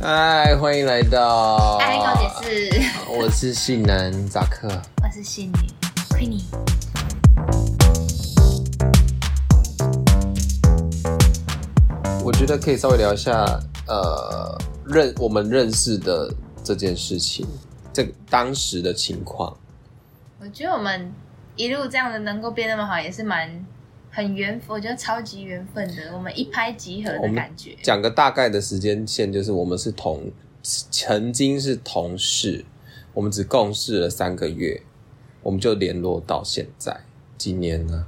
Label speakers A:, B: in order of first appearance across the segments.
A: 嗨，欢迎来到。
B: 爱高姐是，
A: 我是性男扎克。
B: 我是信女 Queenie。
A: 我觉得可以稍微聊一下，呃，认我们认识的这件事情，这个当时的情况。
B: 我觉得我们一路这样的能够变那么好，也是蛮很缘，我觉得超级缘分的，我们一拍即合
A: 我
B: 的
A: 们
B: 感觉。
A: 讲个大概的时间线，就是我们是同曾经是同事，我们只共事了三个月，我们就联络到现在，几年了？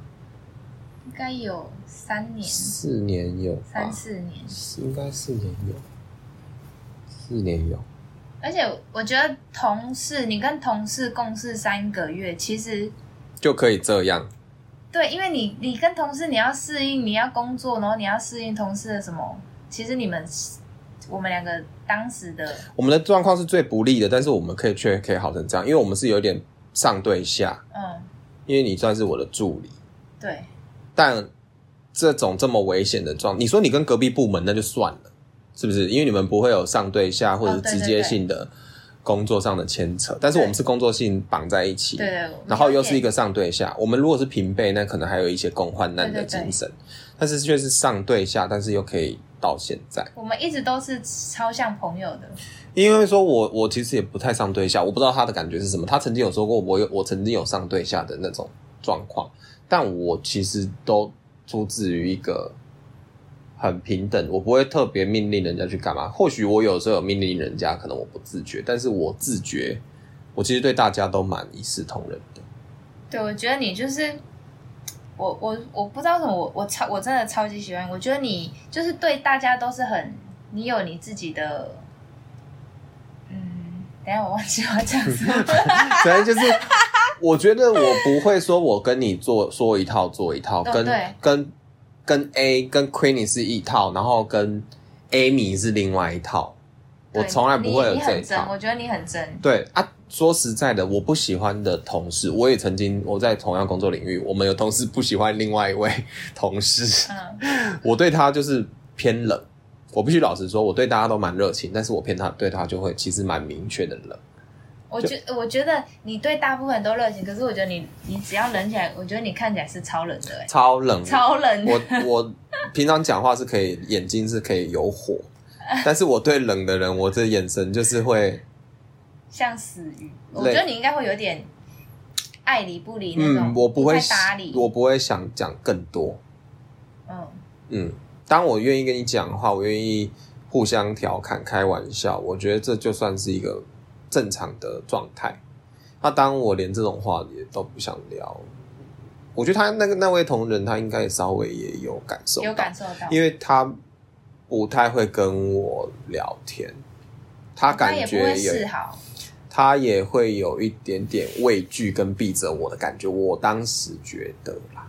B: 应该有三年、
A: 四哦年有吧
B: 三？四年，
A: 是应该四年有，四年有。
B: 而且我觉得同事，你跟同事共事三个月，其实
A: 就可以这样。
B: 对，因为你你跟同事你要适应，你要工作，然后你要适应同事的什么，其实你们我们两个当时的
A: 我们的状况是最不利的，但是我们可以却可以好成这样，因为我们是有点上对下，
B: 嗯，
A: 因为你算是我的助理，
B: 对
A: 但这种这么危险的状，你说你跟隔壁部门那就算了，是不是？因为你们不会有上对下或者
B: 哦对
A: 直接性的工作上的牵扯，但是我们是工作性绑在一起，
B: 对对，
A: 然后又是一
B: 个
A: 个上对下。我们如果是平辈，那可能还有一些共患难的
B: 对对对
A: 精神，但是却是上对下，但是又可以到现在。
B: 我们一直都是超像朋友的，
A: 因为说我我其实也不太上对下，我不知道他的感觉是什么。他曾经有说过我有我曾经有上对下的那种状况，但我其实都出自于一个很平等，我不会特别命令人家去干嘛。或许我有时候有命令人家，可能我不自觉，但是我自觉，我其实对大家都蛮一视同仁的。
B: 对，我觉得你就是我，我我不知道为什么，我我超我真的超级喜欢你。我觉得你就是对大家都是很，你有你自己的，嗯，等一下我忘记我要讲什么。
A: 反正就是，我觉得我不会说我跟你做说一套做一套，
B: 哦
A: 跟
B: 对
A: 跟跟 A 跟 Queenie 是一套，然后跟 Amy 是另外一套， 我
B: 对
A: 从来不会有
B: 你你
A: 这一
B: 很真，
A: 套
B: 我。觉得你很真，
A: 对啊，说实在的，我不喜欢的同事，我也曾经我在同样工作领域，我们有同事不喜欢另外一位同事，
B: 嗯，
A: 我对他就是偏冷。我必须老实说，我对大家都蛮热情，但是我偏他对他就会其实蛮明确的冷。
B: 我觉我觉得你对大部分人都热情，可是我觉得你你只要冷起来，我觉得你看起来是超冷的、欸，
A: 超冷的，
B: 超冷的。
A: 我我平常讲话是可以，眼睛是可以有 火，但是我对冷的人，我这眼神就是会，
B: 像死鱼。我
A: 累
B: 觉得你应该会有点爱理不理那种，
A: 嗯，我不会
B: 太搭理。
A: 我不会想讲更多，
B: 嗯，
A: 嗯，当我愿意跟你讲的话，我愿意互相调侃、开玩笑，我觉得这就算是一个正常的状态。那当我连这种话也都不想聊，我觉得他那个那位同仁，他应该稍微也有感受到，
B: 有感受到，
A: 因为他不太会跟我聊天，他
B: 他
A: 感
B: 也不
A: 觉
B: 会
A: 有
B: 示好。
A: 他也会有一点点畏惧跟避着我的感觉，我当时觉得啦。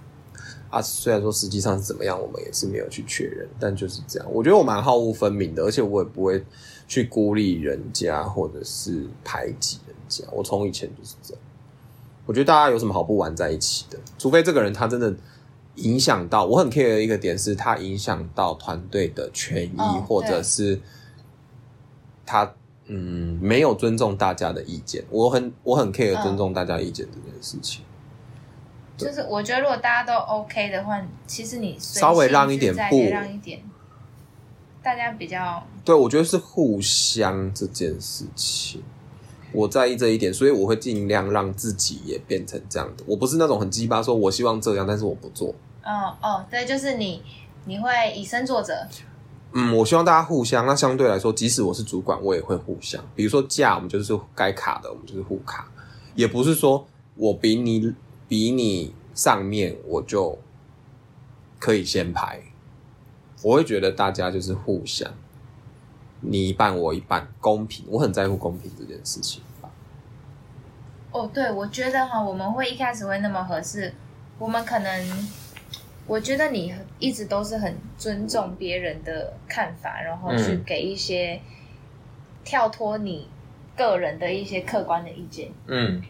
A: 啊，虽然说实际上是怎么样，我们也是没有去确认，但就是这样。我觉得我蛮好恶分明的，而且我也不会去孤立人家或者是排挤人家。我从以前就是这样。我觉得大家有什么好不玩在一起的？除非这个人他真的影响到我很 care 的一个点是，他影响到团队的权益，
B: 哦
A: 或者
B: 对
A: 是他嗯没有尊重大家的意见。我很我很 care
B: 嗯
A: 尊重大家意见这件事情，对
B: 就是我觉得如果大家都 OK 的话，其实你随
A: 稍微
B: 性
A: 让一点
B: 自在
A: 步
B: 也让一点，大家比较
A: 对我觉得是互相这件事情。我在意这一点，所以我会尽量让自己也变成这样的。我不是那种很鸡巴，说我希望这样，但是我不做。
B: 哦哦，对，就是你你会以身作则，
A: 嗯，我希望大家互相。那相对来说，即使我是主管，我也会互相。比如说假，我们就是该卡的，我们就是互卡，也不是说我比你比你上面我就可以先排。我会觉得大家就是互相，你一半我一半，公平。我很在乎公平这件事情吧。
B: 哦，对，我觉得哈，我们会一开始会那么合适，我们可能，我觉得你一直都是很尊重别人的看法，然后去
A: 嗯
B: 给一些跳脱你个人的一些客观的意见，
A: 嗯，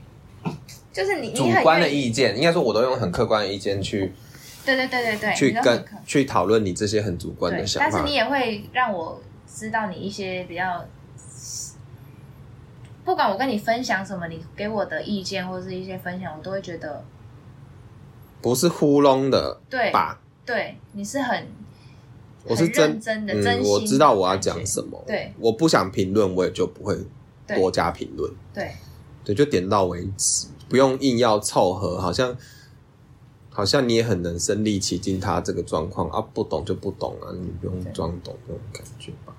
B: 就是你
A: 主
B: 你很
A: 观的
B: 愿意
A: 意见，应该说我都用很客观的意见去
B: 对对对对对，
A: 去
B: 你都
A: 跟
B: 很客
A: 去讨论你这些很主观
B: 对
A: 的，想
B: 但
A: 法
B: 是你。也会让我知道你一些比较，不管我跟你分享什么，你给我的意见或是一些分享，我都会觉得
A: 不是糊弄的
B: 对
A: 吧？
B: 对你是很
A: 我是
B: 很
A: 真
B: 认真的，真
A: 嗯，
B: 心
A: 我知道我要
B: 的感
A: 讲
B: 觉
A: 什么，
B: 对，
A: 我不想评论，我也就不会
B: 对
A: 多加评论，
B: 对
A: 对，就点到为止，不用硬要凑合，好像好像你也很能身临其境他这个状况啊，不懂就不懂啊，你不用
B: 对
A: 装懂那种感觉吧。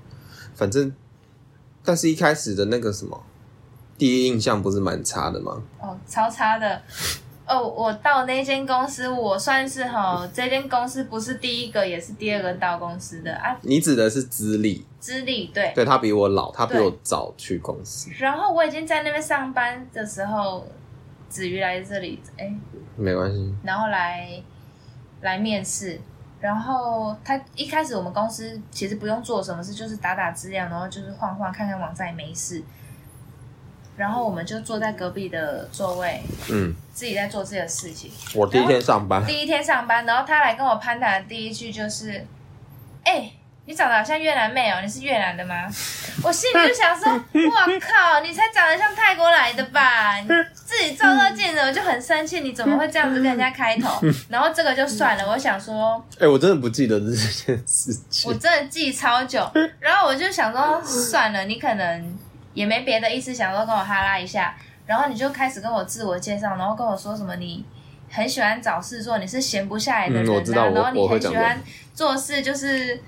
A: 反正，但是一开始的那个什么第一印象不是蛮差的吗？
B: 哦，超差的。哦，我到那间公司，我算是 哈，这间公司不是第一个，也是第二个到公司的啊，
A: 你指的是资历，
B: 资历对。
A: 对他比我老，他比
B: 对
A: 我早去公司，
B: 然后我已经在那边上班的时候，子瑜来这里，哎，
A: 没关系，
B: 然后来来面试。然后他一开始我们公司其实不用做什么事，就是打打资料，然后就是晃晃看看网站也没事。然后我们就坐在隔壁的座位，
A: 嗯，
B: 自己在做自己的事情。
A: 我第一天上班，
B: 第一天上班，然后他来跟我攀谈的第一句就是：“哎、你长得好像越南妹哦，你是越南的吗？”我心里就想说：“哇靠，你才长得像泰国来的吧？你自己照照镜子，我就很生气，你怎么会这样子跟人家开头？”然后这个就算了，我想说，
A: 哎、我真的不记得这件事
B: 我
A: 情。
B: 真的记 超久，然后我就想说，算了，你可能也没别的意思，想说跟我哈拉一下，然后你就开始跟我自我介绍，然后跟我说什么你很喜欢找事做，你是闲不下来的人、啊
A: 嗯我知道我
B: 然后你
A: 我会
B: 很
A: 讲
B: 喜
A: 这个
B: 欢做事，就是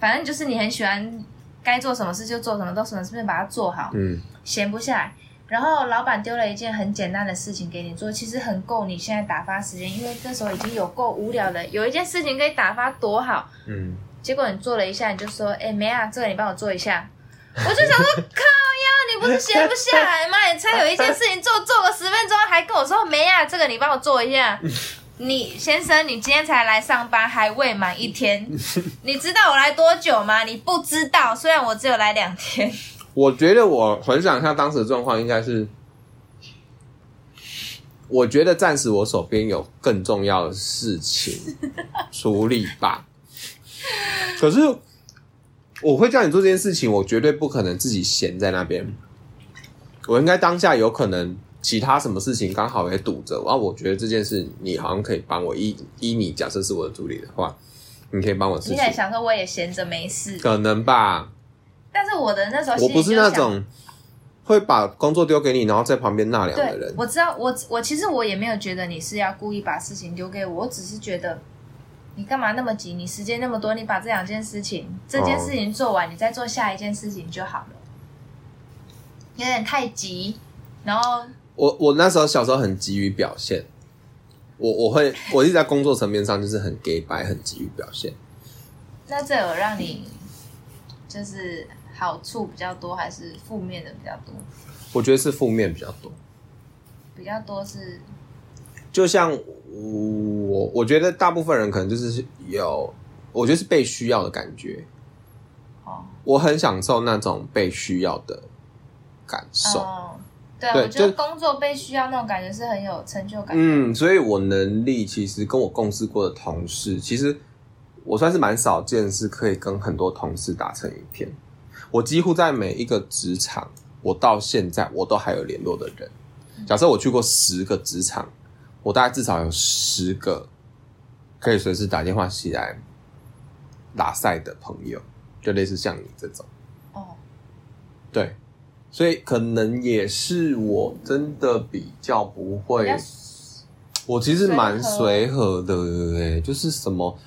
B: 反正就是你很喜欢该做什么事就做什么，到什么事情把它做好，
A: 嗯，
B: 闲不下来。然后老板丢了一件很简单的事情给你做，其实很够你现在打发时间，因为那时候已经有够无聊的，有一件事情可以打发多好。
A: 嗯，
B: 结果你做了一下，你就说：“哎、梅啊，这个你帮我做一下。”我就想说，靠呀，你不是闲不下来吗？你才有一件事情做，做个十分钟，还跟我说：“梅啊，这个你帮我做一 下。”你先生，你今天才来上班，还未满一 天，你知道我来多久吗？你不知道，虽然我只有来两天。
A: 我觉得我回想一下当时的状况，应该是，我觉得暂时我手边有更重要的事 情处理吧。可是我会叫你做这件事情，我绝对不可能自己闲在那边。我应该当下有可能其他什么事情刚好也堵着，然后我觉得这件事你好像可以帮我依依你，假设是我的助理的话，你可以帮我事
B: 你
A: 情，
B: 在想说我也闲着 没事，
A: 可能吧？
B: 但是我的那时候
A: 我
B: 呃心里
A: 不是
B: 就
A: 那
B: 想
A: 种会把工作丢给你，然后在旁边纳凉的
B: 对
A: 人，。
B: 我知道，我我其实我也没有觉得你是要故意把事情丢给我，我只是觉得你干嘛那么急？你时间那么多，你把这两件事情，这
A: 哦
B: 件事情做完，你再做下一件事情就好了，有点太急。然后
A: 我我那时候小时候很急于表现，我我会我一直在工作层面上就是很 gay 白，很急于表现。
B: 那这有让你就是好处比较多，还是负面的比较多？
A: 我觉得是负面比较多。
B: 比较多是
A: 就像我，我觉得大部分人可能就是有，我觉得是被需要的感觉。
B: 哦，
A: 我很享受那种被需要的感受。
B: 嗯，对啊，
A: 对
B: 我觉得
A: 就
B: 工作被需要那种感觉是很有成就感。
A: 嗯，所以我能力其实跟我共事过的同事，其实我算是蛮少见，是可以跟很多同事打成一片。我几乎在每一个职场，我到现在我都还有联络的人。
B: 嗯
A: 假设我去过十个职场，我大概至少有十个可以随时打电话起来拉塞的朋友，就类似像你这种。
B: 哦，
A: 对，所以可能也是我真的比较不会
B: 比较
A: 我其实蛮随和的，哎，就是什么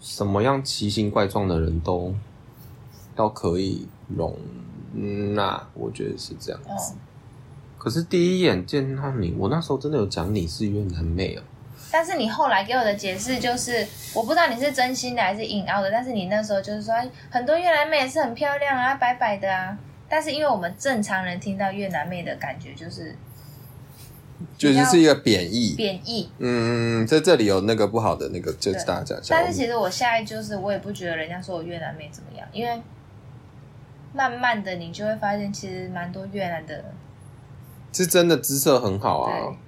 A: 什么样奇形怪状的人都都可以容纳，我觉得是这样子。
B: 嗯。
A: 可是第一眼见到你，我那时候真的有讲你是越南妹哦、
B: 但是你后来给我的解释就是，我不知道你是真心的还是硬凹的，但是你那时候就是说，哎很多越南妹也是很漂亮啊，白白的啊。但是因为我们正常人听到越南妹的感觉就是
A: 就
B: 比
A: 是
B: 较
A: 是一个贬义。
B: 贬义，
A: 嗯，在这里有那个不好的那个，就是啊
B: 对
A: 大家讲一下。
B: 但是其实我现在就是我也不觉得人家说我越南妹怎么样，因为慢慢的你就会发现，其实蛮多越南的，
A: 是真的姿色很好啊
B: 对。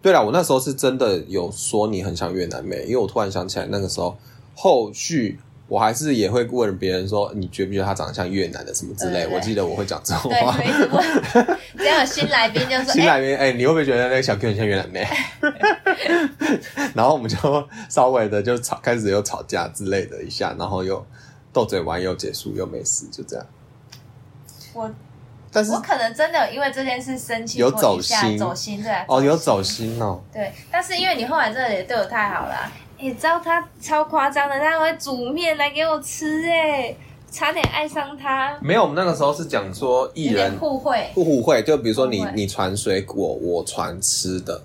A: 对啦，我那时候是真的有说你很像越南妹，因为我突然想起来那个时候，后续我还是也会问别人说，你觉不觉得他长得像越南的什么之类？
B: 对对
A: 我记得我会讲这种
B: 对，哎
A: 话。
B: 没什么。 只要有新来宾就说，
A: 新
B: 哎、
A: 来宾，哎、你会不会觉得那个小 Q 很像越南 妹？然后我们就稍微的就吵，开始又吵架之类的一下，然后又斗嘴完又结束，又没事，就这样。
B: 我
A: 但是
B: 我可能真的有因为这件事生气
A: 有
B: 过
A: 走
B: 一下
A: 心
B: 走心对啊、
A: 哦，有走心哦，
B: 对，但是因为你后来真的也对我太好了啊、你知道他超夸张的，他还会煮面来给我吃、哎，差点爱上他，
A: 没有，我们那个时候是讲说艺
B: 有点
A: 人
B: 互惠，
A: 互惠，就比如说你
B: 互惠
A: 你传水果，我传吃的，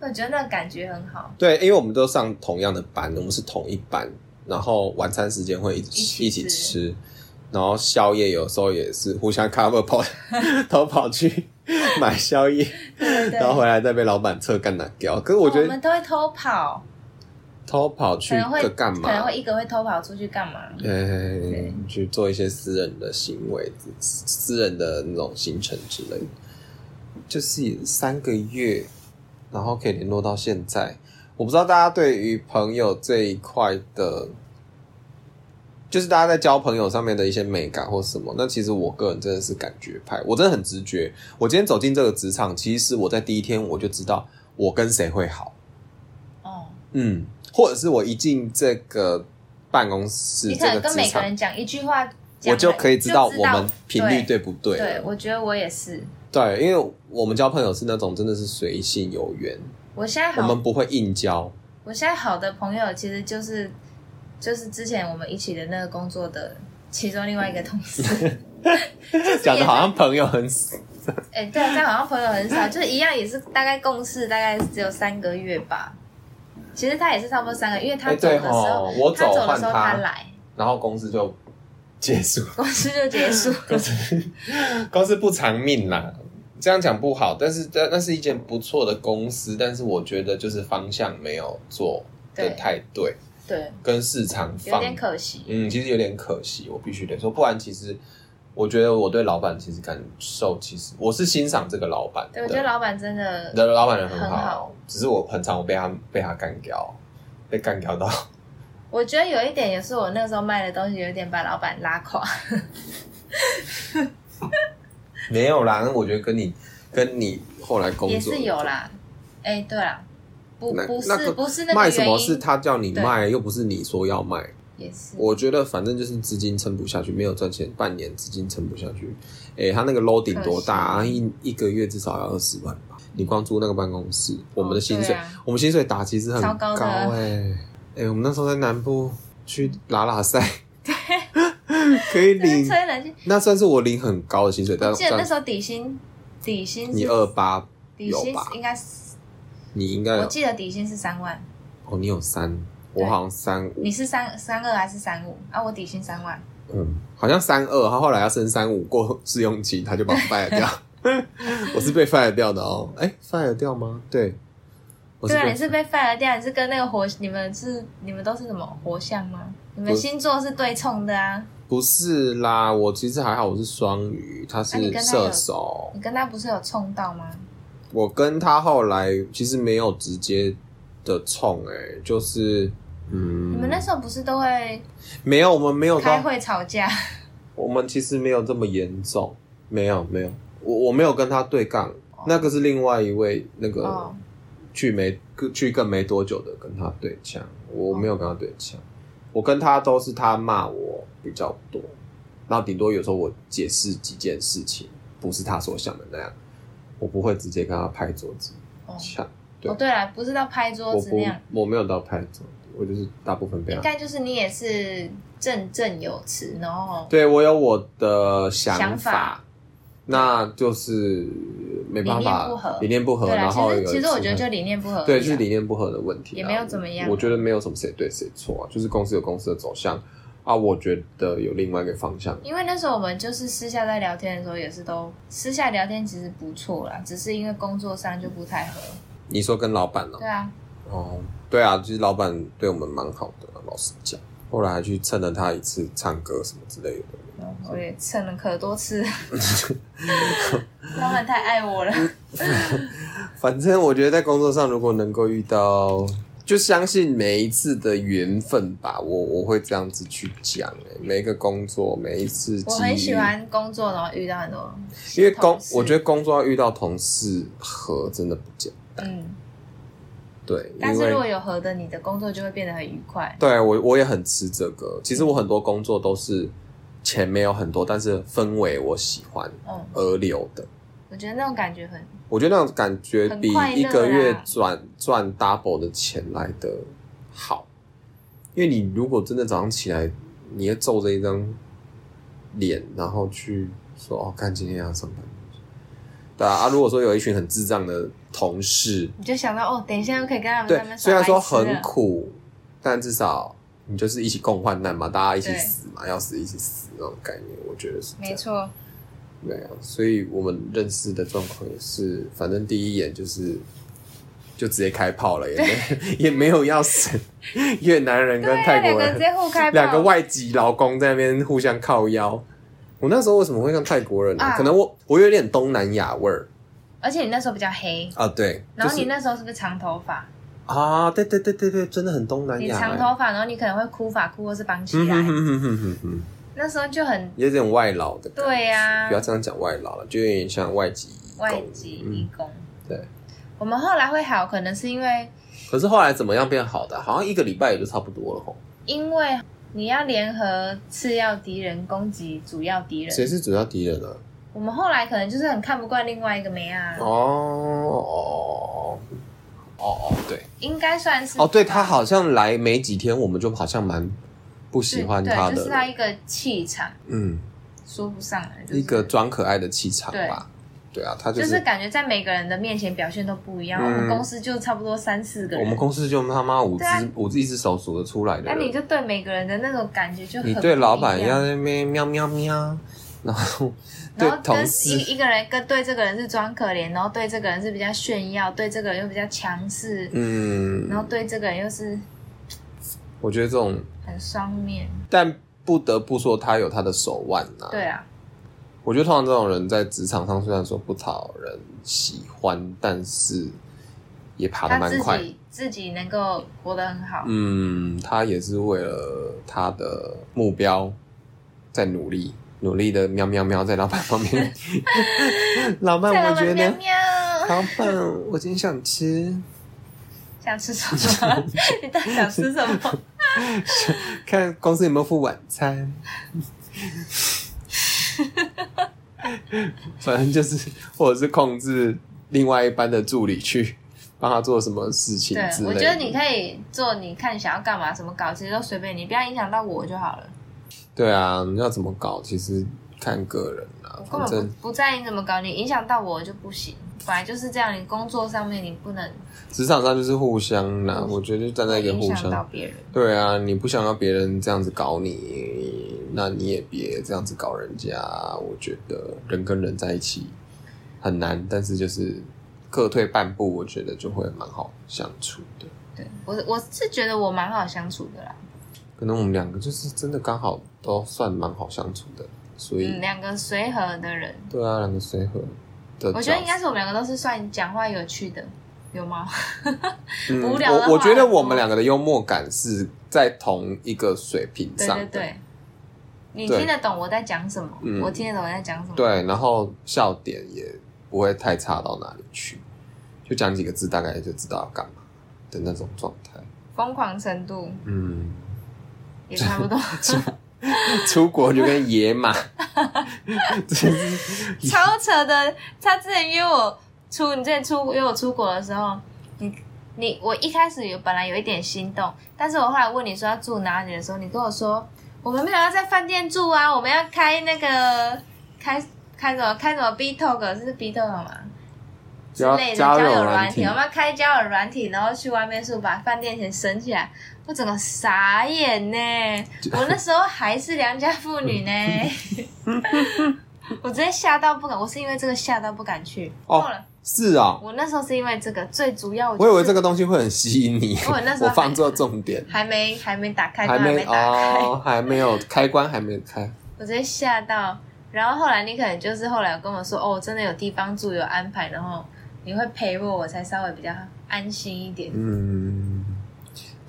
B: 我觉得那个感觉很 好。
A: 对，因为我们都上同样的班，我们是同一班，然后晚餐时间会一起吃
B: 一
A: 一
B: 起吃
A: 起吃，然后宵夜有时候也是互相 cover 跑，都跑去买宵夜，
B: 对对哦
A: 然后回来再被老板撤干哪掉。可是我觉
B: 我们
A: 得
B: 都会偷跑，
A: 偷跑去
B: 可能会
A: 个干
B: 可能
A: 嘛
B: 会？一个会偷跑出去干嘛？
A: 呃
B: 对，
A: 去做一些私人的行为、私私人的那种行程之类的，就是三个月，然后可以联络到现在。我不知道大家对于朋友这一块的，就是大家在交朋友上面的一些美感或什么。那其实我个人真的是感觉派，我真的很直觉。我今天走进这个职场，其实我在第一天我就知道我跟谁会好，
B: 哦，
A: 嗯，或者是我一进这个办公室，
B: 你可
A: 这
B: 能
A: 个
B: 跟
A: 职
B: 每个
A: 场。
B: 人讲一句话，讲
A: 我就可以
B: 就
A: 知道我们频率对
B: 对
A: 不对
B: 对，
A: 了。
B: 我觉得我也是，
A: 对，因为我们交朋友是那种真的是随性有缘，
B: 我现在
A: 我
B: 好
A: 们不会硬交。
B: 我现在好的朋友其实就是就是之前我们一起的那个工作的其中另外一个同事，
A: 讲的好像朋友很死，
B: 哎、对啊，这样好像朋友很少，就是一样也是大概共事大概只有三个月吧。其实他也是差不多三个，因为他
A: 哎
B: 走的
A: 对
B: 时候，
A: 哦我
B: 他
A: 走
B: 走的
A: 换
B: 时候
A: 他
B: 他来，
A: 然后公司就结束，
B: 公司就结束。
A: 公司公司不偿命啦。这样讲不好，但是这那是一间不错的公司，但是我觉得就是方向没有做的
B: 对
A: 太对，
B: 对，
A: 跟市场
B: 有
A: 方
B: 点可惜。
A: 嗯，其实有点可惜，我必须得说，不然其实我觉得我对老板其实感受，其实我是欣赏这个老板
B: 对，
A: 的，
B: 我觉得老板真的
A: 的老板人很
B: 很
A: 好，
B: 好
A: 只是我很常我被他被他干掉，被干掉到
B: 我觉得有一点也是我那时候卖的东西有点把老板拉垮，
A: 没有啦。那我觉得跟你跟你后来工
B: 也
A: 作
B: 是有啦。哎、对啦，不
A: 那
B: 不是、
A: 那个
B: 不是那个
A: 卖什
B: 原
A: 么
B: 因，
A: 是他叫你
B: 对
A: 卖，又不是你说要卖。
B: 也是
A: 我觉得反正就是资金撑不下去，没有赚钱，半年资金撑不下去。诶、他那个 loading 多大、啊？
B: 可
A: 一一个月至少要二十万吧？你光租那个办公室，我们的薪水，
B: 对啊
A: 我们薪水打其实很
B: 超
A: 高
B: 高的
A: 哎、诶、我们那时候在南部去拉拉赛，可以
B: 就是
A: 领，
B: 啊吹冷气。
A: 那算是我领很高的薪水，但
B: 记得那
A: 但
B: 时候底薪底薪
A: 你
B: 是
A: 二八，
B: 底薪
A: 有吧啊
B: 应该是，
A: 你应该
B: 我
A: 有
B: 记得底薪是三万，
A: 哦，你有三，
B: 对
A: 我好像三五，
B: 你是三三二还是三五啊？我底薪三万，
A: 嗯，好像三二，他后来要升三五，过试用期他就把我 fire 掉， 我是被 fire 掉的哦。哎、f i r e 掉吗？对，我
B: 对啊，
A: 被
B: 你是被 fire 掉，你是跟那个火，你们是你们都是什么火象吗？你们
A: 我
B: 星座是对冲的啊，
A: 不是啦？我其实还好，我是双鱼，他是
B: 啊你跟他有
A: 射手。
B: 你跟他不是有冲到吗？
A: 嗯我跟他后来其实没有直接的冲，哎，就是嗯，
B: 你们那时候不是都会
A: 没有，我们没有到
B: 开会吵架？
A: 我们其实没有这么严重，没有没有，我我没有跟他对杠，那个是另外一位那个、
B: 哦
A: 去没去更没多久的跟他对呛，我没有跟他对呛，我跟他都是他骂我比较多，然后顶多有时候我解释几件事情不是他所想的那样，我不会直接跟他拍桌子
B: 哦，
A: 呛，对
B: 哦对了，哦不是到拍桌
A: 我
B: 子那
A: 不啊
B: 样，
A: 我没有到拍桌子，我就是大部分被
B: 应
A: 他，
B: 该就是你也是振振有词，然后
A: 对我有我的想
B: 想法
A: 那就是没办法，
B: 理念不合
A: 理念不合
B: 对啦，啊
A: 然
B: 其
A: 后
B: 实
A: 有
B: 其实我
A: 一次
B: 觉得
A: 很
B: 就理念不合而已啊，
A: 对，就是理念不合的问题啦，啊
B: 也没有怎么样
A: 我觉得没有什么谁对谁错啊，就是公司有公司的走向啊，我觉得有另外一个方向。啊
B: 因为那时候我们就是私下在聊天的时候，也是都私下聊天，其实不错啦，只是因为工作上就不太合。
A: 你说跟老板呢、
B: 对啊，
A: 哦，对啊，其实老板对我们蛮好的啊、老实讲。后来还去蹭了他一次唱歌什么之类的，
B: 嗯我也蹭了可 多次，老板太爱我了。
A: 反正我觉得在工作上如果能够遇到就相信每一次的缘分吧，我我会这样子去讲、欸，每一个工作，每一次机遇
B: 我很喜，欢工作，然后遇到很多同事，
A: 因为工，我觉得工作要遇到同事合真的不简单，
B: 嗯，
A: 对，
B: 但
A: 因
B: 是如果
A: 为
B: 有合的，你的工作就会变得很愉快。
A: 对我我也很吃这个，其实我很多工作都是钱没有很多，但是氛围我喜欢
B: 嗯，
A: 而留的，
B: 我觉得那种感觉很，
A: 我觉得那种感觉
B: 很
A: 比
B: 快乐
A: 一个月
B: 啦
A: 赚赚 double 的钱来的好，因为你如果真的早上起来，你要皱着一张脸，然后去说哦，看今天要上班，对啊，啊如果说有一群很智障的同事，
B: 你就想到哦，等一下又可以跟他们
A: 对
B: 他，们
A: 虽然说很
B: 很苦，
A: 苦，但至少你就是一起共患难嘛，大家一起
B: 对
A: 死嘛，要死一起死那种概念，我觉得是这
B: 没
A: 样。
B: 错，
A: 对啊，所以我们认识的状况也是，反正第一眼就是就直接开炮了，也 没也没有要审越南人跟
B: 对啊，
A: 泰
B: 两
A: 国
B: 个人直
A: 人，
B: 接互开炮，
A: 两个外籍劳工在那边互相靠腰。我那时候为什么会像泰国人呢、
B: 啊
A: 可能我我有点东南亚味儿
B: 而且你那时候比较黑，
A: 啊，对，
B: 然后
A: 就
B: 你
A: 是、
B: 那时候是不是长头发？
A: 啊，对对对对对，真的很东南
B: 你
A: 亚、
B: 长
A: 欸。
B: 头发，然后你可能会哭发哭或是绑起
A: 嗯
B: 来，
A: 哼哼哼哼哼嗯哼，
B: 那时候就很
A: 有点外劳的感觉。
B: 对啊呀、
A: 不要这样讲外劳了，就有点像外籍移工
B: 外籍义
A: 嗯。
B: 工、
A: 对，
B: 我们后来会好，可能是因为
A: 可是后来怎么样变好的啊？好像一个礼拜也就差不多了吼。
B: 因为你要联合次要敌人攻击主要敌
A: 谁
B: 人。
A: 是主要敌人啊？
B: 我们后来可能就是很看不惯另外一个梅啊，
A: 哦哦哦哦，对，
B: 应该算是
A: 哦对，他好像来没几天，我们就好像蛮不喜欢
B: 对
A: 他
B: 对就
A: 的
B: 是
A: 了，
B: 他一个气场
A: 嗯，
B: 说不上来，就是、
A: 一个装可爱的气场吧。对啊，他
B: 就
A: 就是是
B: 感觉在每个人的面前表现都不一样。
A: 嗯
B: 我们公司就差不多三四个
A: 我们
B: 人，
A: 公司就他妈五只
B: 对啊
A: 五只一只手数得出来的
B: 那你
A: 人。
B: 就对每个人的那种感觉就很
A: 你对老
B: 不
A: 板
B: 一
A: 要
B: 样，
A: 在那边喵喵喵， 然后对
B: 然后跟
A: 同事
B: 一一个人跟对这个人是装可怜，然后对这个人是比较炫耀，对这个人又比较强势，
A: 嗯，
B: 然后对这个人又是
A: 我觉得这种，
B: 很双面。
A: 但不得不说他有他的手腕呐、
B: 对啊，
A: 嗯我觉得通常这种人在职场上虽然说不讨人喜欢，但是也爬得
B: 他
A: 蛮
B: 自
A: 快。
B: 己自己能够活得很好，
A: 嗯，他也是为了他的目标在努力，努力的喵喵喵在老板旁 边。 老板，
B: 在
A: 我
B: 老
A: 觉
B: 板喵
A: 得，
B: 喵，
A: 老板，我今天想吃，
B: 想吃什 么？你到底想吃什么？
A: 看公司有没有付晚 餐。反正就是，或者是控制另外一班的助理去帮他做什么事情
B: 对
A: 之，类的。
B: 我觉得你可以做，你看想要干嘛，什么搞，其实都随便你，不要影响到我就好了。
A: 对啊，你要怎么搞，其实看个人啦
B: 我，根
A: 反
B: 本
A: 正
B: 不不在意你怎么搞，你影响到我就不行。本来就是这样，你工作上面你不能
A: 职场上就是互相啦，我觉得就站在一个
B: 影
A: 互
B: 响到
A: 相。
B: 别人。
A: 对啊，你不想要别人这样子搞你，那你也别这样子搞人家。我觉得人跟人在一起很难，但是就是各退半步，我觉得就会蛮好相处的。
B: 对我我是觉得我蛮好相处的啦，
A: 可能我们两个就是真的刚好都算蛮好相处的，所以、
B: 嗯，两个随和的人，
A: 对啊，两个随和的角色。
B: 我觉得应该是我们两个都是算讲话有趣的，有吗？
A: 嗯
B: 无聊的
A: 我我
B: 话
A: 觉得我们两个的幽默感是在同一个水平
B: 对
A: 上
B: 对
A: 的，
B: 对，你
A: 对
B: 听得懂我在讲什么，
A: 嗯
B: 我听得懂你在讲什么。
A: 对然后笑点也不会太差到哪里去，就讲几个字大概就知道要干嘛的那种状态。
B: 疯狂程度
A: 嗯，
B: 也差不多，
A: 出国就跟野马，真是
B: 超扯的。他之前约我出，你之前出约我出国的时候，你你我一开始有本来有一点心动，但是我后来问你说要住哪里的时候，你跟我说我们没有要在饭店住啊，我们要开那个开开什么开什么 B Talk 是 B Talk 吗？ 之
A: 交
B: 类的
A: 交
B: 友
A: 友
B: 软
A: 软
B: 体，
A: 体
B: 我，们要开交友软体，然后去外面住，把饭店钱省起来。我整个傻眼呢，我那时候还是良家妇女 呢，我直接吓到不敢。我是因为这个吓到不敢去。
A: 哦
B: 后来
A: 是啊、
B: 我那时候是因为这个，最主要我
A: 我以为这
B: 个
A: 个东西会很吸引你，
B: 我那时候还
A: 放错重点，
B: 还没还没打开，
A: 还
B: 都
A: 没
B: 没打开，
A: 哦，还没有开关，还没开，
B: 我直接吓到。然后后来你可能就是后来有跟我说，哦，真的有地方住，有安排，然后你会陪我，我才稍微比较安心一点。
A: 嗯，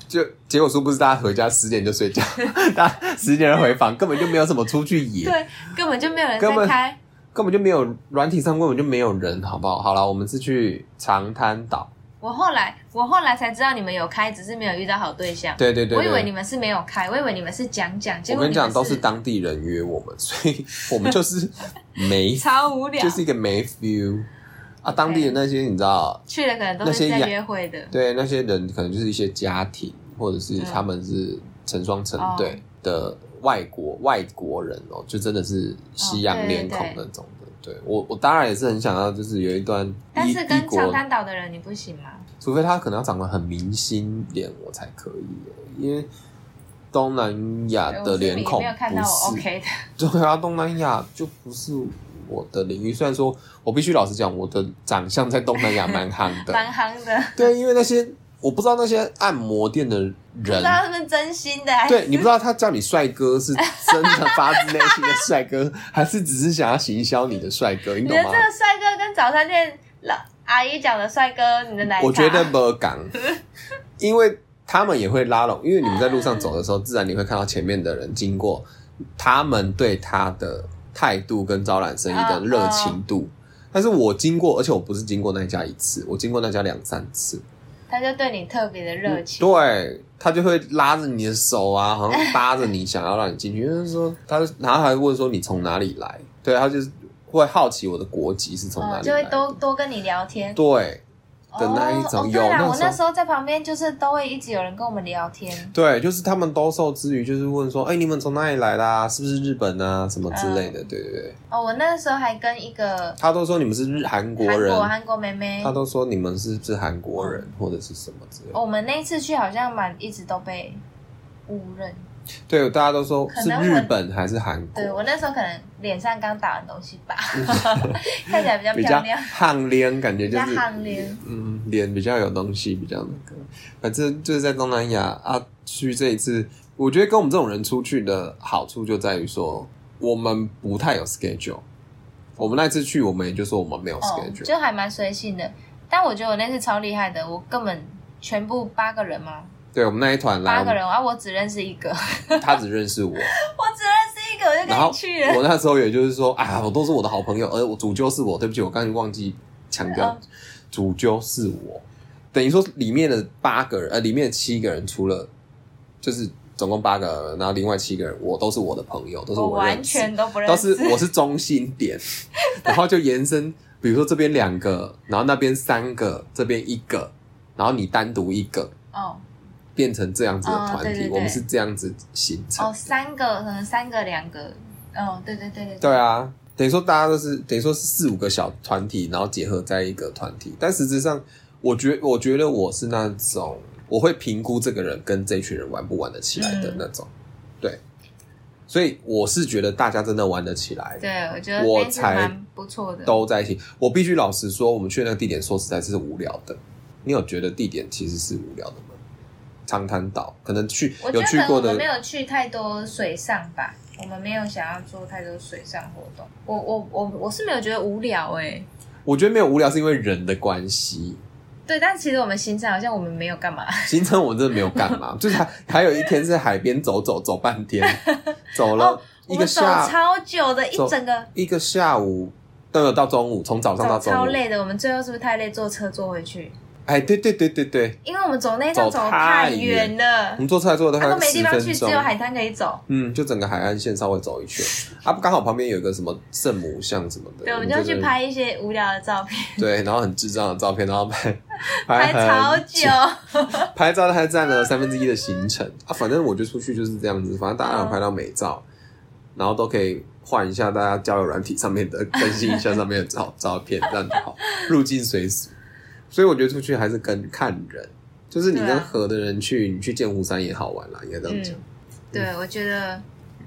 A: 就结果殊不知大家回家十点就睡觉， 大家十点就回房，根本就没有什么出去野，
B: 对，根本就没有人
A: 根
B: 在
A: 本
B: 开。
A: 根本就没有软体上根本就没有人，好不好？好了，我们是去长滩岛，
B: 我后来我后来才知道你们有开，只是没有遇到好对象。
A: 对对对
B: 我
A: 对，
B: 以为你们是没有开，我以为你们是讲讲，结
A: 我
B: 果
A: 跟
B: 你
A: 你讲
B: 们
A: 都是当地人约我们， 所以我们就是 没，
B: 超无聊，
A: 就是一个没 feel 啊，当地的那些你知道。
B: 去了可能都
A: 那
B: 是
A: 些
B: 在
A: 雅
B: 约会的。
A: 对那些人，可能就是一些家庭，或者是
B: 嗯
A: 他们是成双成
B: 哦
A: 对的外国、外国人哦，就真的是西洋面孔
B: 哦对对
A: 那种的。对我，我当然也是很想要，就是有一段
B: 但
A: 异
B: 是
A: 异
B: 跟长
A: 国，
B: 滩岛的人你不行吗？
A: 除非他可能要长得很明星脸，我才可以，因为。东南亚
B: 哎我
A: 啊的
B: 是
A: 脸
B: 你
A: 孔
B: 没有看
A: 不
B: 到我
A: 是
B: OK 的，
A: 对啊，东南亚就不是我的领域。虽然说我必须老实讲，我的长相在东南亚蛮夯的，
B: 蛮夯的，
A: 对，因为那些我不知道那些按摩店的人
B: 不知，道他们真心的还是
A: 对你不知道他叫你帅哥是真的发自内心的帅哥， 还是只是想要行销你的帅哥，你
B: 你
A: 懂
B: 的这
A: 吗？
B: 个帅哥跟早餐店老阿姨讲的帅哥，你的奶茶，
A: 我觉得不敢，因为他们也会拉拢，因为你们在路上走的时候，自然你会看到前面的人经过，他们对他的态度跟招揽生意的热情度。
B: 嗯
A: 但是我经过，而且我不是经过那家一次，我经过那家两三次，
B: 他就对你特别的热情，
A: 对他就会拉着你的手啊，好像扒着你，想要让你进去。就是说，他然后还问说你从哪里来，对他就是会好奇我的国籍是从哪
B: 嗯，
A: 里
B: 就会
A: 来，
B: 多多跟你聊天
A: 对的
B: 哦
A: 那一
B: 哦
A: 种。有
B: 对啦，我
A: 时
B: 那
A: 候
B: 时候在旁边就是都会一直有人跟我们聊天，
A: 对，就是他们兜售之余，就是问说，哎、你们从哪里来啦、是不是日本啊？什么之类的，对对对，
B: 哦，我那时候还跟一个
A: 他都说你们是日韩国
B: 韩
A: 人，
B: 国嗯韩国妹妹哦
A: 他，都说你们是不是韩国人或者是什么之类的，
B: 我们那一次去好像蛮一直都被误认，
A: 对，大家都说
B: 可
A: 是
B: 能
A: 日
B: 我
A: 本还是韩国
B: 对，我那时候可能脸上刚打完东西 吧，看起来比较
A: 比
B: 漂
A: 较
B: 亮，
A: 汗脸，感觉就是
B: 比较汗脸
A: 嗯，脸比较有东西，比较那个。反正就是在东南亚啊，去这一次，我觉得跟我们这种人出去的好处就在于说，我们不太有 schedule。我们那次去，我们也就说我们没有
B: 哦，
A: schedule，、
B: 就还蛮随性的。但我觉得我那次超厉害的，我根本全部八个人嘛，
A: 对我们那一团来，
B: 八
A: 我
B: 个
A: 们
B: 人啊，我只认识一个， 我
A: 他只认 识我，
B: 只认识一个，我就
A: 然
B: 跟
A: 后
B: 你去了。
A: 我那时候也就是说啊，我都是我的好朋友，而我主揪是我，对不起，我刚才忘记强调
B: 嗯，
A: 主揪是我，等于说里面的八个人，呃，里面的七个人除了就是总共八个人，然后另外七个人我都是我的朋友，都是
B: 我完
A: 认识，
B: 全都不认
A: 都
B: 识，
A: 是我是中心 点，然后就延伸，比如说这边两个，然后那边三个，这边一个，然后你单独一个。
B: 哦
A: 变成这样子的
B: 哦
A: 团体，
B: 对对对
A: 我们是这样子形成的
B: 哦，三个可能三个两个，哦，对对对对
A: 对啊，等于说大家都是等于说是四五个小团体，然后结合在一个团体。但实质上，我觉我觉得我是那种我会评估这个人跟这群人玩不玩得起来的那种。
B: 嗯
A: 对，所以我是觉得大家真的玩得起来，
B: 对，我觉得
A: 啊我
B: 那次
A: 才
B: 蛮不错的。
A: 都在一起。我必须老实说，我们去那个地点，说实在是无聊的。你有觉得地点其实是无聊的吗？长滩岛可能去
B: 我觉
A: 有
B: 得可
A: 去
B: 能
A: 过
B: 我
A: 的
B: 们没有去太多水上吧，我们没有想要做太多水上活动。我我我我是没有觉得无聊哎、
A: 我觉得没有无聊是因为人的关系。
B: 对，但其实我们行程好像我们没有干嘛，
A: 行程我真的没有干嘛，就是还还有一天是海边走走走半天，走了
B: 哦我
A: 一个
B: 们走
A: 下、
B: 超久的，一
A: 走
B: 整个
A: 一个下午，都有到中午，从早上到
B: 走
A: 中
B: 超
A: 午。
B: 累的。我们最后是不是太累，坐车坐回去？
A: 哎，对对对对对，
B: 因为我们走那一趟
A: 走
B: 走
A: 太
B: 太
A: 远
B: 远了
A: 我，们坐车来坐的
B: 他
A: 大
B: 啊都
A: 概
B: 没
A: 十
B: 地方
A: 分
B: 去，只
A: 钟
B: 有，海滩可以走。
A: 嗯，就整个海岸线稍微走一圈啊，刚好旁边有一个什么圣母像什么的，
B: 对，我们
A: 我
B: 就
A: 们在
B: 去
A: 那
B: 拍一些无聊的照片，
A: 对，然后很智障的照片，然后拍
B: 拍
A: 很
B: 超久，
A: 拍照还占了三分之一的行程啊。反正我就出去就是这样子，反正大家有拍到美照，然后都可以换一下大家交友软体上面的，更新一下上面的照照片，这样就好，入境随俗。所以我觉得出去还是跟看人，就是你
B: 对
A: 跟
B: 啊
A: 合的人去，你去剑湖山也好玩啦，应该这样讲。
B: 嗯对，我觉得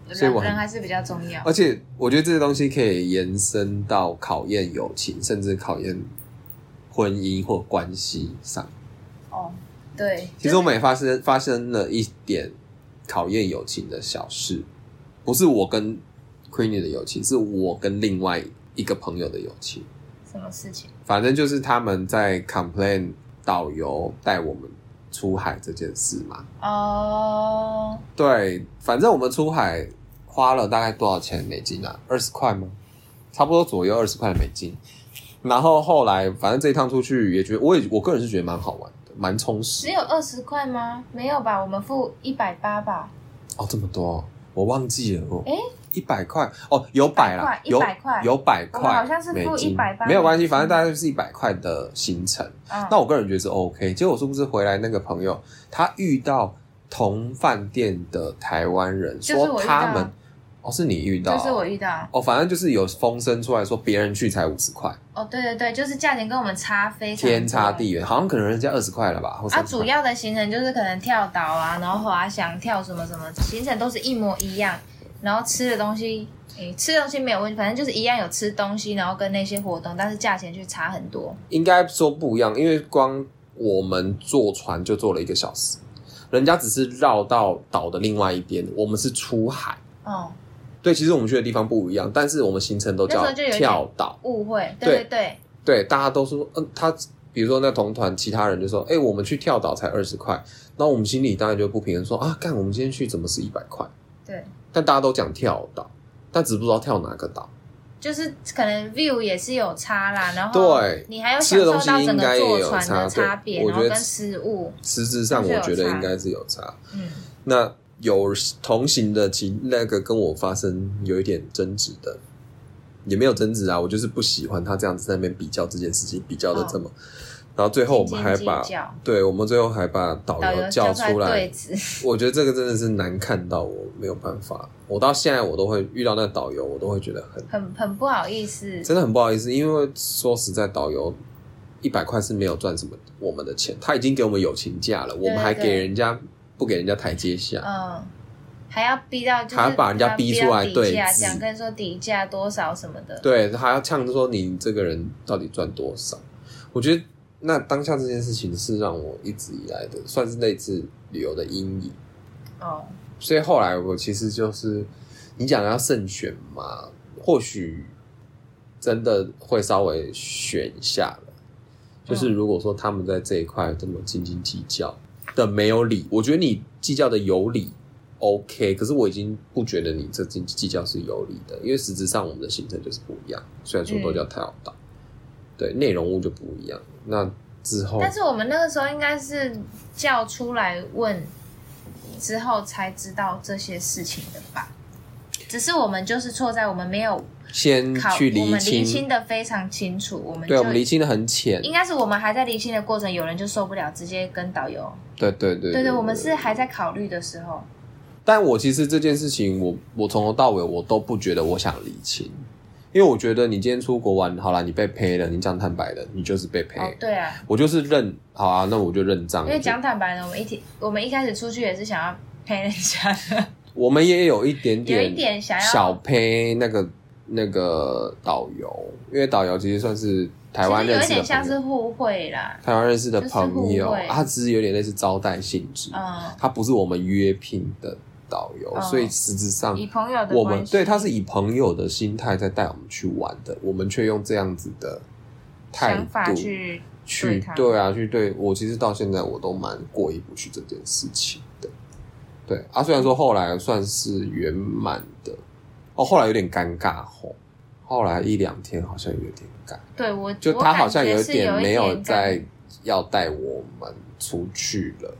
A: 所以
B: 人
A: 我很
B: 人还是比较重要。
A: 而且我觉得这些东西可以延伸到考验友情，甚至考验婚姻或关系上。
B: 哦，对，
A: 其实我们也发生发生了一点考验友情的小事，不是我跟 Queenie 的友情，是我跟另外一个朋友的友情。
B: 什么事情？
A: 反正就是他们在 complain 导游带我们出海这件事嘛。
B: 哦，
A: 对，反正我们出海花了大概多少钱美金啊？二十块吗？差不多左右二十块美金。然后后来，反正这一趟出去也觉得，我也我个人是觉得蛮好玩的，蛮充实
B: 只。有二十块吗？没有吧，我们付一百八吧。
A: 哦，这么多、哦，我忘记了哦。
B: 诶
A: 一百块哦，有百啦，
B: 100
A: 有
B: 块100块
A: 有百
B: 我们
A: 块
B: 好像是付
A: 美金
B: 180，
A: 没有关系，反正大概就是一百块的行程。
B: 嗯，
A: 那我个人觉得是 OK。结果是不是回来那个朋友，他遇到同饭店的台湾人，
B: 就是我
A: 说
B: 遇
A: 他
B: 到
A: 们哦，是你遇到，
B: 就是我遇到。
A: 哦，反正就是有风声出来说别人去才五十块，
B: 哦，对对对，就是价钱跟我们差非常多
A: 天差地远，好像可能人家二十块了吧，或
B: 啊，
A: 30
B: 主
A: 块
B: 要的行程就是可能跳岛啊，然后滑翔跳什么什么，行程都是一模一样。然后吃的东西，诶，吃的东西没有问题，反正就是一样有吃东西，然后跟那些活动，但是价钱却差很多。
A: 应该说不一样，因为光我们坐船就坐了一个小时，人家只是绕到岛的另外一边，我们是出海。
B: 哦，
A: 对，其实我们去的地方不一样，但是我们行程都
B: 那
A: 叫
B: 时候就有点
A: 跳岛。
B: 误会，
A: 对
B: 对对
A: 对，大家都说，嗯，他比如说那同团其他人就说，哎、我们去跳岛才二十块，然后我们心里当然就不平衡，说啊，干，我们今天去怎么是一百块？
B: 对对，
A: 但大家都讲跳岛，但只不知道跳哪个岛。
B: 就是可能 view 也是有差啦，然后
A: 对
B: 你还有
A: 吃
B: 享
A: 的
B: 受
A: 东西
B: 到整
A: 应该
B: 个坐
A: 也有
B: 船
A: 差
B: 的
A: 对
B: 差别，
A: 我
B: 然后
A: 觉得
B: 跟食物，
A: 实质上，我觉得应该是有差。
B: 嗯，
A: 那有同行的其那个跟我发生有一点争执的，也没有争执啊，我就是不喜欢他这样子在那边比较这件事情，比较的这么。然后最后我们还把
B: 哦斤斤计较
A: 对，我们最后还把导
B: 导
A: 游
B: 游
A: 叫
B: 叫
A: 出
B: 来
A: 来
B: 对，峙，
A: 我觉得这个真的是难看到我，没有办法。我到现在我都会遇到那导游，我都会觉得很
B: 很很不好意思。
A: 真的很不好意思，因为说实在，导游一百块是没有赚什么我们的钱，他已经给我们友情价了，我们还
B: 对
A: 给人家不给人家台阶下，
B: 嗯，还要逼到就是
A: 还要把人家逼出来
B: 要逼到
A: 对
B: 底价这样
A: 峙
B: 跟你说底价多少什么的。
A: 对，还要呛说你这个人到底赚多少？我觉得那当下这件事情是让我一直以来的算是那次旅游的阴影，
B: 哦，
A: 所以后来我其实就是你讲要慎选嘛，或许真的会稍微选一下了。就是
B: 嗯
A: 如果说他们在这一块这么斤斤计较的没有理，我觉得你计较的有理，OK。可是我已经不觉得你这斤计较是有理的，因为实质上我们的行程就是不一样。虽然说都
B: 嗯
A: 叫太好岛，对内容物就不一样。那之后
B: 但是我们那个时候应该是叫出来问之后才知道这些事情的吧？只是我们就是错在我们没有
A: 先
B: 考，
A: 去
B: 我
A: 厘
B: 们厘
A: 清
B: 清，的非常清楚，我们
A: 对啊
B: 就
A: 我们厘清的很浅，
B: 应该是我们还在厘清的过程，有人就受不了，直接跟导游。
A: 对对对
B: 对对，我们是还在考虑的时候。
A: 但我其实这件事情我，我从头到尾我都不觉得我想理清，因为我觉得你今天出国玩，好啦，你被赔了，你讲坦白的，你就是被赔。
B: 哦，对啊，
A: 我就是认，好啊，那我就认账。
B: 因为讲
A: 就
B: 坦白的，我们一天我们一开始出去也是想要陪人家的，
A: 我们也有一点
B: 有
A: 点
B: 一点想要
A: 小赔那个那个导游，因为导游其实算是台湾
B: 其实
A: 认
B: 有
A: 识
B: 一
A: 的
B: 点像
A: 朋
B: 是
A: 友，
B: 互惠啦，
A: 台湾认识的朋
B: 就是
A: 友，
B: 互惠
A: 他只是有点类似招待性质，
B: 嗯，
A: 他不是我们约聘的导游，
B: 嗯
A: 所以实质上
B: 以朋友的
A: 我们
B: 关系
A: 对他是以朋友的心态在带我们去玩的，我们却用这样子的态
B: 想法
A: 度
B: 去对
A: 去
B: 他
A: 对啊，去对我其实到现在我都蛮过意不去这件事情的。对啊，虽然说后来算是圆满的，哦，后来有点尴尬吼，后来一两天好像有点尬，
B: 对我
A: 就
B: 我
A: 他好像
B: 感觉
A: 有
B: 是
A: 点
B: 有一
A: 没有
B: 点
A: 在
B: 尴
A: 要带我们出去了，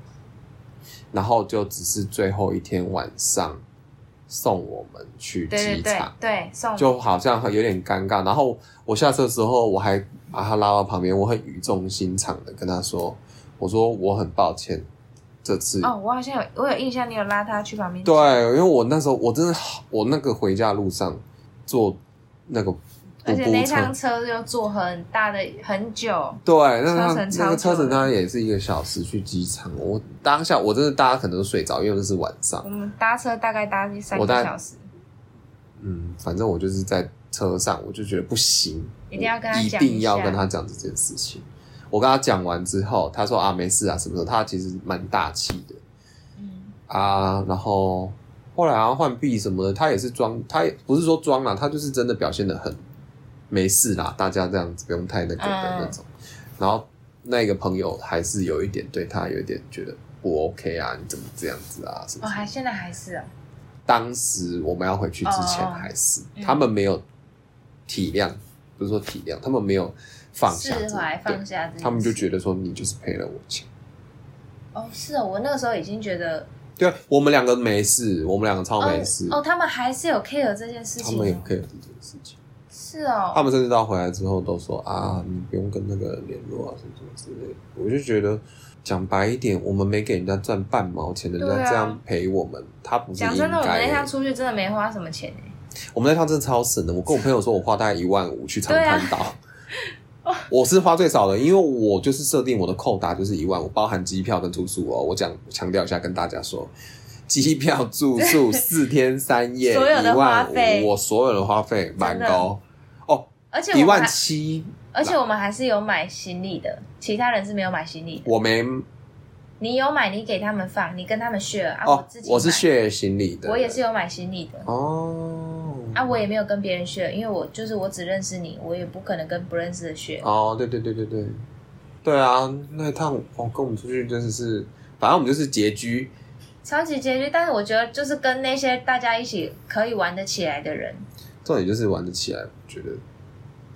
A: 然后就只是最后一天晚上送我们去
B: 对对
A: 机
B: 对
A: 场，
B: 对送
A: 就好像有点尴尬。然后我下车的时候，我还把他拉到旁边，我很语重心长的跟他说：“我说我很抱歉，这次、
B: 哦，我好像有我有印象，你有拉他去旁边，
A: 对，啊因为我那时候我真的好我那个回家路上坐那个
B: 而
A: 布
B: 且
A: 布
B: 那
A: 车，
B: 趟车又坐很大的很久，
A: 对，那
B: 车
A: 他
B: 程
A: 那
B: 超
A: 个
B: 久
A: 车程
B: 的
A: 它也是一个小时去机场，我当下我真的大家可能都睡着，因为那是晚上
B: 我。们搭车大概搭三
A: 我
B: 个
A: 大
B: 小时，
A: 嗯，反正我就是在车上，我就觉得不行，
B: 一定要跟他
A: 我一
B: 讲
A: 定
B: 一
A: 要
B: 下
A: 跟他讲这件事情。我跟他讲完之后，他说啊没事啊什么的，他其实蛮大气的
B: 嗯，
A: 啊。然后后来好像换币什么的，他也是装，他也不是说装啦，他就是真的表现的很没事啦，大家这样子不用太那个的
B: 嗯
A: 那种。然后那个朋友还是有一点对他有一点觉得不 OK 啊，你怎么这样子啊？什么什么？
B: 哦，还现在还是哦，
A: 当时我们要回去之前
B: 哦
A: 还是、
B: 嗯
A: 他们没有体谅，不是说体谅，他们没有放下这
B: 释
A: 个
B: 怀
A: 对
B: 放下这件事，
A: 他们就觉得说你就是赔了我钱。
B: 哦，是哦，我那个时候已经觉得
A: 对啊，我们两个没事，我们两个超
B: 哦
A: 没事，
B: 哦，他们还是有 care 这件事
A: 他
B: 情
A: 们也
B: 哦，
A: 不 care 这件事情。
B: 是哦，
A: 他们甚至到回来之后都说啊，你不用跟那个人联络啊，什么什么之类的。我就觉得讲白一点，我们没给人家赚半毛钱，人
B: 对
A: 家
B: 啊
A: 这样赔我们，他不是
B: 讲
A: 应
B: 真的，我们那
A: 该
B: 趟
A: 的。
B: 出去真的没花什么钱欸
A: 我们那趟真的超省的，我跟我朋友说我花大概一万五去长
B: 啊
A: 滩岛。 我是花最少的，因为我就是设定我的扣打就是一万五，包含机票跟住宿哦。我讲强调一下，跟大家说，机票住 宿四天三夜
B: 所有的
A: 一
B: 花
A: 万
B: 费
A: 五，我所有的花费蛮
B: 真的
A: 高哦，
B: 而且
A: 一
B: 我们
A: 万
B: 还，
A: 七，
B: 而且我们还是有买行李的，其他人是没有买行李的。
A: 我没
B: 你有买，你给他们放，你跟他们 share 啊，
A: 哦
B: 自，己
A: 我是
B: 买，
A: 血行李的，
B: 我也是有买行李的
A: 哦，
B: 啊，我也没有跟别人 share，因为我就是我只认识你，我也不可能跟不认识的 share。
A: 哦，对对对对对，对啊，那一趟哦，跟我们出去真的是，反正我们就是拮据，
B: 超级拮据，但是我觉得就是跟那些大家一起可以玩得起来的人，
A: 重点就是玩得起来，我觉得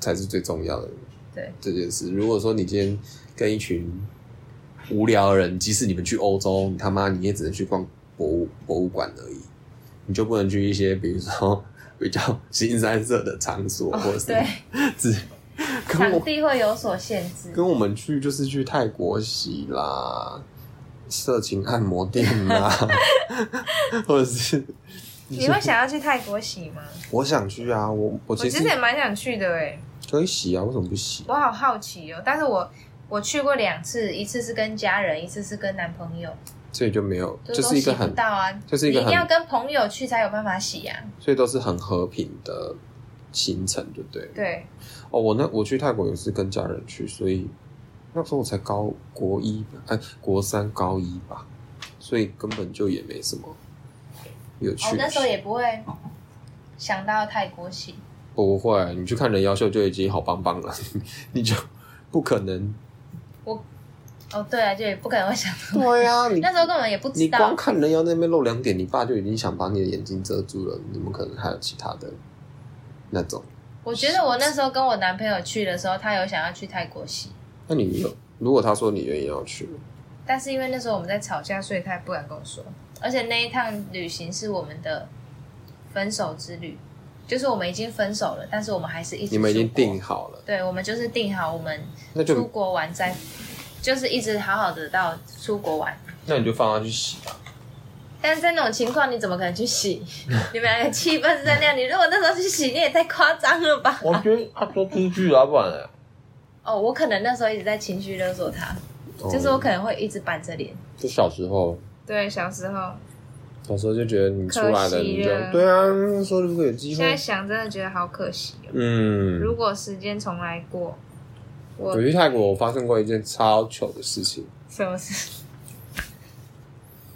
A: 才是最重要的
B: 对
A: 这件事。如果说你今天跟一群无聊的人，即使你们去欧洲，你他妈你也只能去逛博物博物馆而已，你就不能去一些比如说 比较新三色的场所、
B: 哦
A: 或者是
B: 对，
A: 只跟我
B: 场地会有所限制。
A: 跟我们去就是去泰国洗啦，色情按摩店啦， 或者是
B: 你会想要去泰国洗吗？
A: 我想去啊，我我
B: 我
A: 其
B: 其
A: 实
B: 实也蛮想去的哎、
A: 可以洗啊，为什么不洗？
B: 我好好奇哦，但是我我去过两次，一次是跟家人，一次是跟男朋友，
A: 所以就没有，
B: 就
A: 就
B: 都
A: 是一
B: 洗
A: 个
B: 不
A: 很，
B: 到啊，
A: 就是一个
B: 你一定要
A: 很，
B: 跟朋友去才有办法洗啊。
A: 所以都是很和平的行程，就对了。
B: 对，
A: 哦，我那我去泰国也是跟家人去，所以那时候我才高国一吧，哎，国三高一吧，所以根本就也没什么有趣的事。
B: 我、哦那时候也不会想到泰国洗，
A: 不会，你去看人妖秀就已经好棒棒了， 你就不可能。
B: 哦，对啊，就也不可能会想到，
A: 对啊， 你
B: 那时候根本也不知
A: 你光
B: 道。
A: 看人妖那边露两点，你爸就已经想把你的眼睛遮住了，你怎么可能还有其他的那种？
B: 我觉得我那时候跟我男朋友去的时候，他有想要去泰国洗，
A: 那你有？如果他说你愿意要去，
B: 但是因为那时候我们在吵架，所以他也不敢跟我说。而且那一趟旅行是我们的分手之旅，就是我们已经分手了，但是我们还是一直
A: 你们已经
B: 出国
A: 定好了，
B: 对，我们就是定好我们
A: 那就
B: 出国玩再，就是一直好好的到出国玩。
A: 那你就放他去洗啊吧。
B: 但是在那种情况，你怎么可能去 洗？你们两个气氛是在那样，你如果那时候去洗，你也太夸张了吧？
A: 我觉得他说出去老板了，
B: 哦，我可能那时候一直在情绪勒索他，
A: 哦
B: 就是我可能会一直板着脸。
A: 就小时候，
B: 对，小时候，
A: 小时候就觉得你出来
B: 可
A: 了，
B: 惜
A: 你就
B: 了
A: 对啊，说如果有机
B: 现在
A: 会，
B: 想真的觉得好可惜哦。
A: 嗯，
B: 如果时间重来过，我
A: 我去泰国，我发生过一件超糗的事情。
B: 什么事？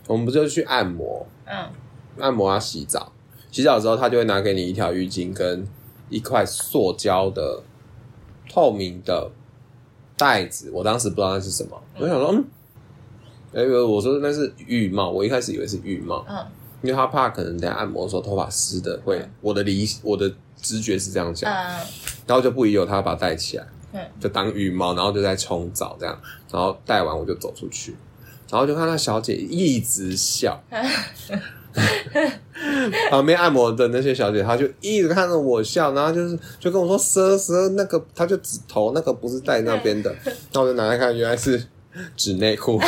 A: 我们不就去按摩，
B: 嗯，
A: 按摩要啊洗澡，洗澡之后他就会拿给你一条浴巾跟一块塑胶的透明的袋子，我当时不知道那是什么，我想说，嗯，哎、我说那是浴帽，我一开始以为是浴帽，
B: 嗯，
A: 因为他怕可能等下按摩的时候头发湿的会，我的理我的直觉是这样想，
B: 嗯，
A: 然后就不疑有他把它戴起来，
B: 嗯
A: 就当浴帽，然后就在冲澡这样，然后戴完我就走出去，然后就看那小姐一直笑，旁边按摩的那些小姐，她就一直看着我笑，然后就是就跟我说蛇蛇那个，她就指头那个不是戴那边的，那我就拿来看，原来是纸内裤。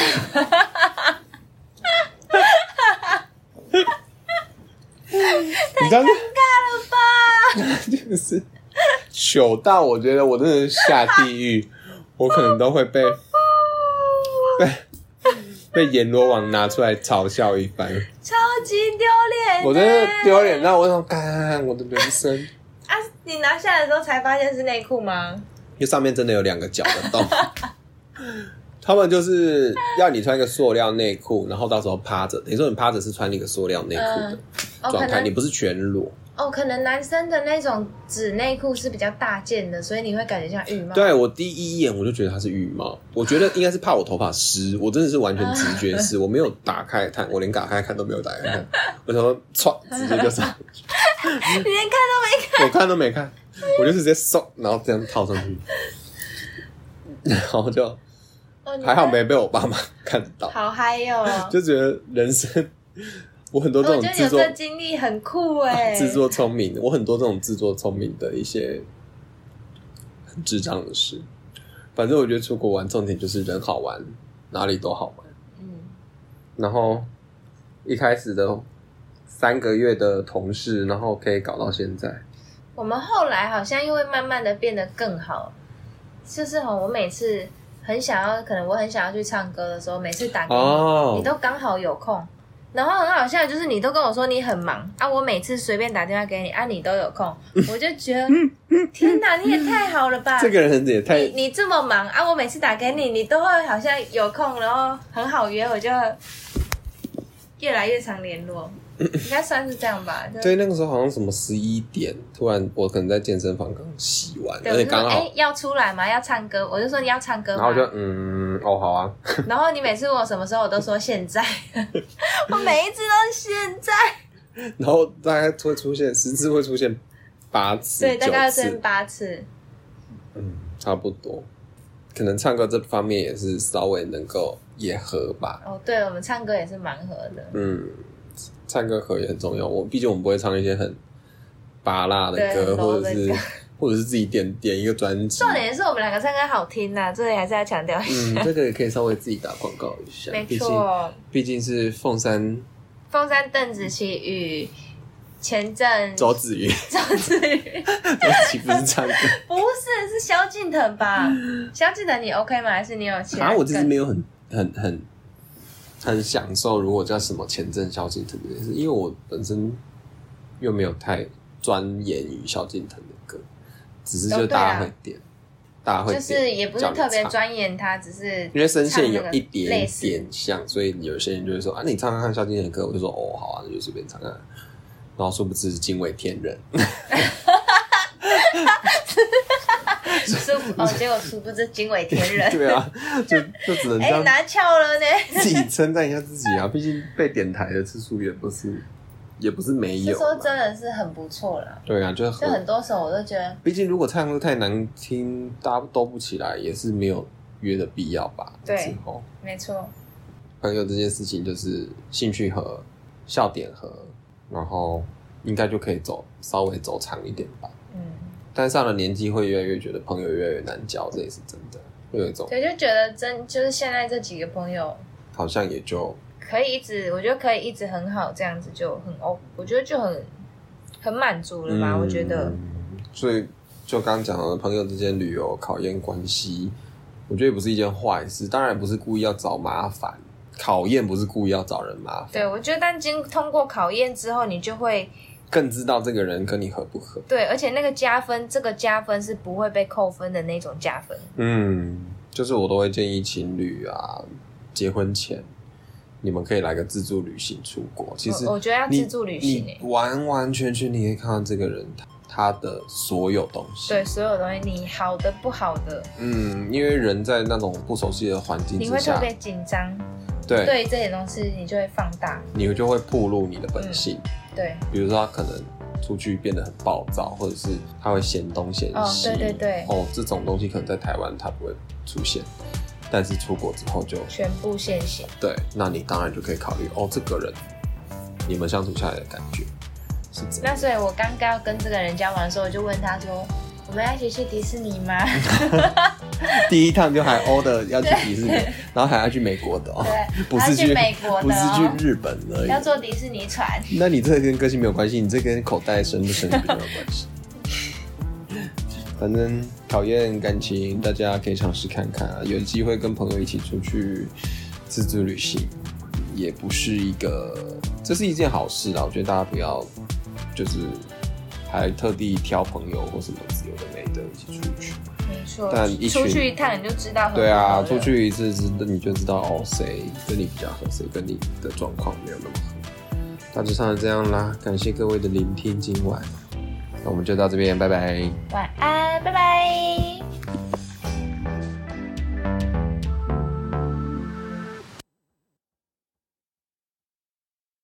A: 你知道就是糗到我觉得我真的是下地 狱，我可能都会被被被阎罗王拿出来嘲笑一番。
B: 超级丢脸欸呢，
A: 我真的丢脸到我想，干我的人生，
B: 啊！你拿下来的时候才发现是内裤吗？
A: 因为上面真的有两个脚的洞。 他们就是要你穿一个塑料内裤，然后到时候趴着，等于说你趴着是穿一个塑料内裤的，
B: 哦，
A: 状
B: 可
A: 态，你
B: 能
A: 不是全裸。
B: 哦，可能男生的那种纸内裤是比较大件的，所以你会感觉像浴帽。
A: 对啊我第一眼我就觉得它是浴帽，我觉得应该是怕我头发湿，我真的是完全直觉是，我没有打开看，我连打开看都没有打开看，我想说唰直接就上去，
B: 你连看都没看。
A: 我看都没看，我就是直接嗖，然后这样套上去，然后就
B: 哦你
A: 还好
B: 看
A: 没被我爸妈看到，
B: 好嗨哟、
A: 就觉得人生我很多这
B: 我
A: 种
B: 觉得
A: 自
B: 有
A: 作
B: 这经历很酷 哎、
A: 自作聪明，我很多这种自作聪明的一些很智障的事。反正我觉得出国玩重点就是人好玩，哪里都好玩。
B: 嗯，
A: 然后一开始的三个月的同事，然后可以搞到现在，
B: 我们后来好像又会慢慢的变得更好，就是吼，我每次很想要，可能我很想要去唱歌的时候，每次打给你，
A: 哦
B: 你都刚好有空。然后很好笑，就是你都跟我说你很忙啊，我每次随便打电话给你啊，你都有空，我就觉 得天哪，你也太好了吧！
A: 嗯啊这个人也太
B: 你你这么忙啊，我每次打给你，你都会好像有空，然后很好约，我就越来越常联络，应该算是这样吧。就
A: 对。那个时候好像什么十一点，突然我可能在健身房刚洗完，
B: 对，
A: 而
B: 我
A: 且
B: 就说
A: 刚
B: 哎、
A: 好，
B: 要出来吗？要唱歌，我就说你要唱歌
A: 然
B: 吗？
A: 后我就 嗯哦好啊，
B: 然后你每次问我什么时候，我都说 现在，我每一次都是现在，
A: 然后大概会出现十次会出现八次，
B: 对，大概要
A: 九次
B: 生八次，
A: 嗯，差不多。可能唱歌这方面也是稍微能够也合吧。
B: 哦，对，我们唱歌也是蛮合的，
A: 嗯，唱歌合也很重要。我毕竟我们不会唱一些很拔辣的
B: 对
A: 歌，
B: 很 low
A: 或者
B: 的
A: 是
B: 歌
A: 或者是自己点点一个专辑。
B: 重点是我们两个唱歌好听呐、这里还是要强调一下，
A: 嗯，这个也可以稍微自己打广告一下。
B: 没
A: 嗯毕竟
B: 错。
A: 毕竟是凤山
B: 凤山邓紫棋与前阵
A: 周子瑜，
B: 周子瑜，
A: 周子瑜不是唱歌。
B: 不是是萧敬 腾吧？萧敬腾你 OK 吗？还是你有其他
A: 啊，
B: 梗？
A: 我其实没有很很很很享受，如果叫什么前阵萧敬腾这件事，因为我本身又没有太钻研于萧敬腾的歌，只是就
B: 哦对啊
A: 大家会点，大家会
B: 就
A: 点
B: 是也不是特
A: 叫
B: 别
A: 你唱，
B: 钻研他，只是
A: 因为声线有
B: 唱那个
A: 一点
B: 类似
A: 点像，所以有些人就会说啊，你唱唱看萧敬腾的歌，我就说哦，好啊，那就随便唱看看。然后殊不知惊为天人，
B: 殊哦，结果殊不知惊为天 人。
A: 对啊，就就只能这
B: 哎、
A: 样
B: 拿翘了呢！
A: 自己称赞一下自己啊，毕竟被点台的次数也不是也不是没
B: 是
A: 有
B: 说
A: 嘛，
B: 真的是很不错啦，
A: 对啊，就是
B: 就
A: 很
B: 很多时候我都觉得，
A: 毕竟如果唱歌太难听，大家都不起来，也是没有约的必要吧。
B: 对
A: 之后
B: 没错，
A: 朋友这件事情就是兴趣和笑点和，然后应该就可以走稍微走长一点吧。
B: 嗯，
A: 但上了年纪会越来越觉得朋友越来越难交，这也是真的，会有一种
B: 对，就觉得真就是现在这几个朋友
A: 好像也就
B: 可以一直，我觉得可以一直很好，这样子就很 O，我觉得就很很满足了吧？我觉得，
A: 嗯所以就刚刚讲的，朋友之间旅游考验关系，我觉得也不是一件坏事。当然不是故意要找麻烦，考验不是故意要找人麻烦，
B: 对我觉得，但经通过考验之后，你就会
A: 更知道这个人跟你合不合。
B: 对，而且那个加分，这个加分是不会被扣分的那种加分。
A: 嗯，就是我都会建议情侣啊，结婚前你们可以来个自助旅行出国。其实
B: 我我觉得要
A: 你
B: 自助旅行欸诶、
A: 你完完全全你可以看到这个人他他的所有东西。
B: 对，所有东西，你好的不好的，
A: 嗯，因为人在那种不熟悉的环境
B: 你
A: 之
B: 会特
A: 下，
B: 别紧张，
A: 对
B: 对于这些东西你就会放大，
A: 你就会暴露你的本性。
B: 嗯对，
A: 比如说，他可能出去变得很暴躁，或者是他会嫌东嫌西。
B: 哦对对对
A: 哦，这种东西可能在台湾它不会出现，但是出国之后就
B: 全部现行。
A: 对。那你当然就可以考虑哦，这个人你们相处下来的感觉是怎样？
B: 那所以我刚刚要跟这个人交往的时候，我就问他说：“我们要一起去迪士尼吗？”
A: 哎第一趟就还欧的要去迪士 尼，然后还要去美国的哦，
B: 对
A: 不是
B: 还要去美国的哦
A: 不是去日本而
B: 要
A: 已。
B: 坐迪士尼船。
A: 那你这个跟个性没有关系，你这跟口袋深不深比较有关系。反正考验感情，大家可以尝试看看啊。有机会跟朋友一起出去自助旅行，也不是一个，这是一件好事啦。我觉得大家不要就是还特地挑朋友或什么自由的没的一起出去。
B: 没错，
A: 但一群
B: 出去一趟你就知道很
A: 对啊，
B: 不合
A: 出
B: 了
A: 去一次知你就知道哦，谁跟你比较合，谁跟你的状况没有那么合。大致上是这样啦，感谢各位的聆听，今晚那我们就到这边，拜拜。
B: 晚安，拜拜。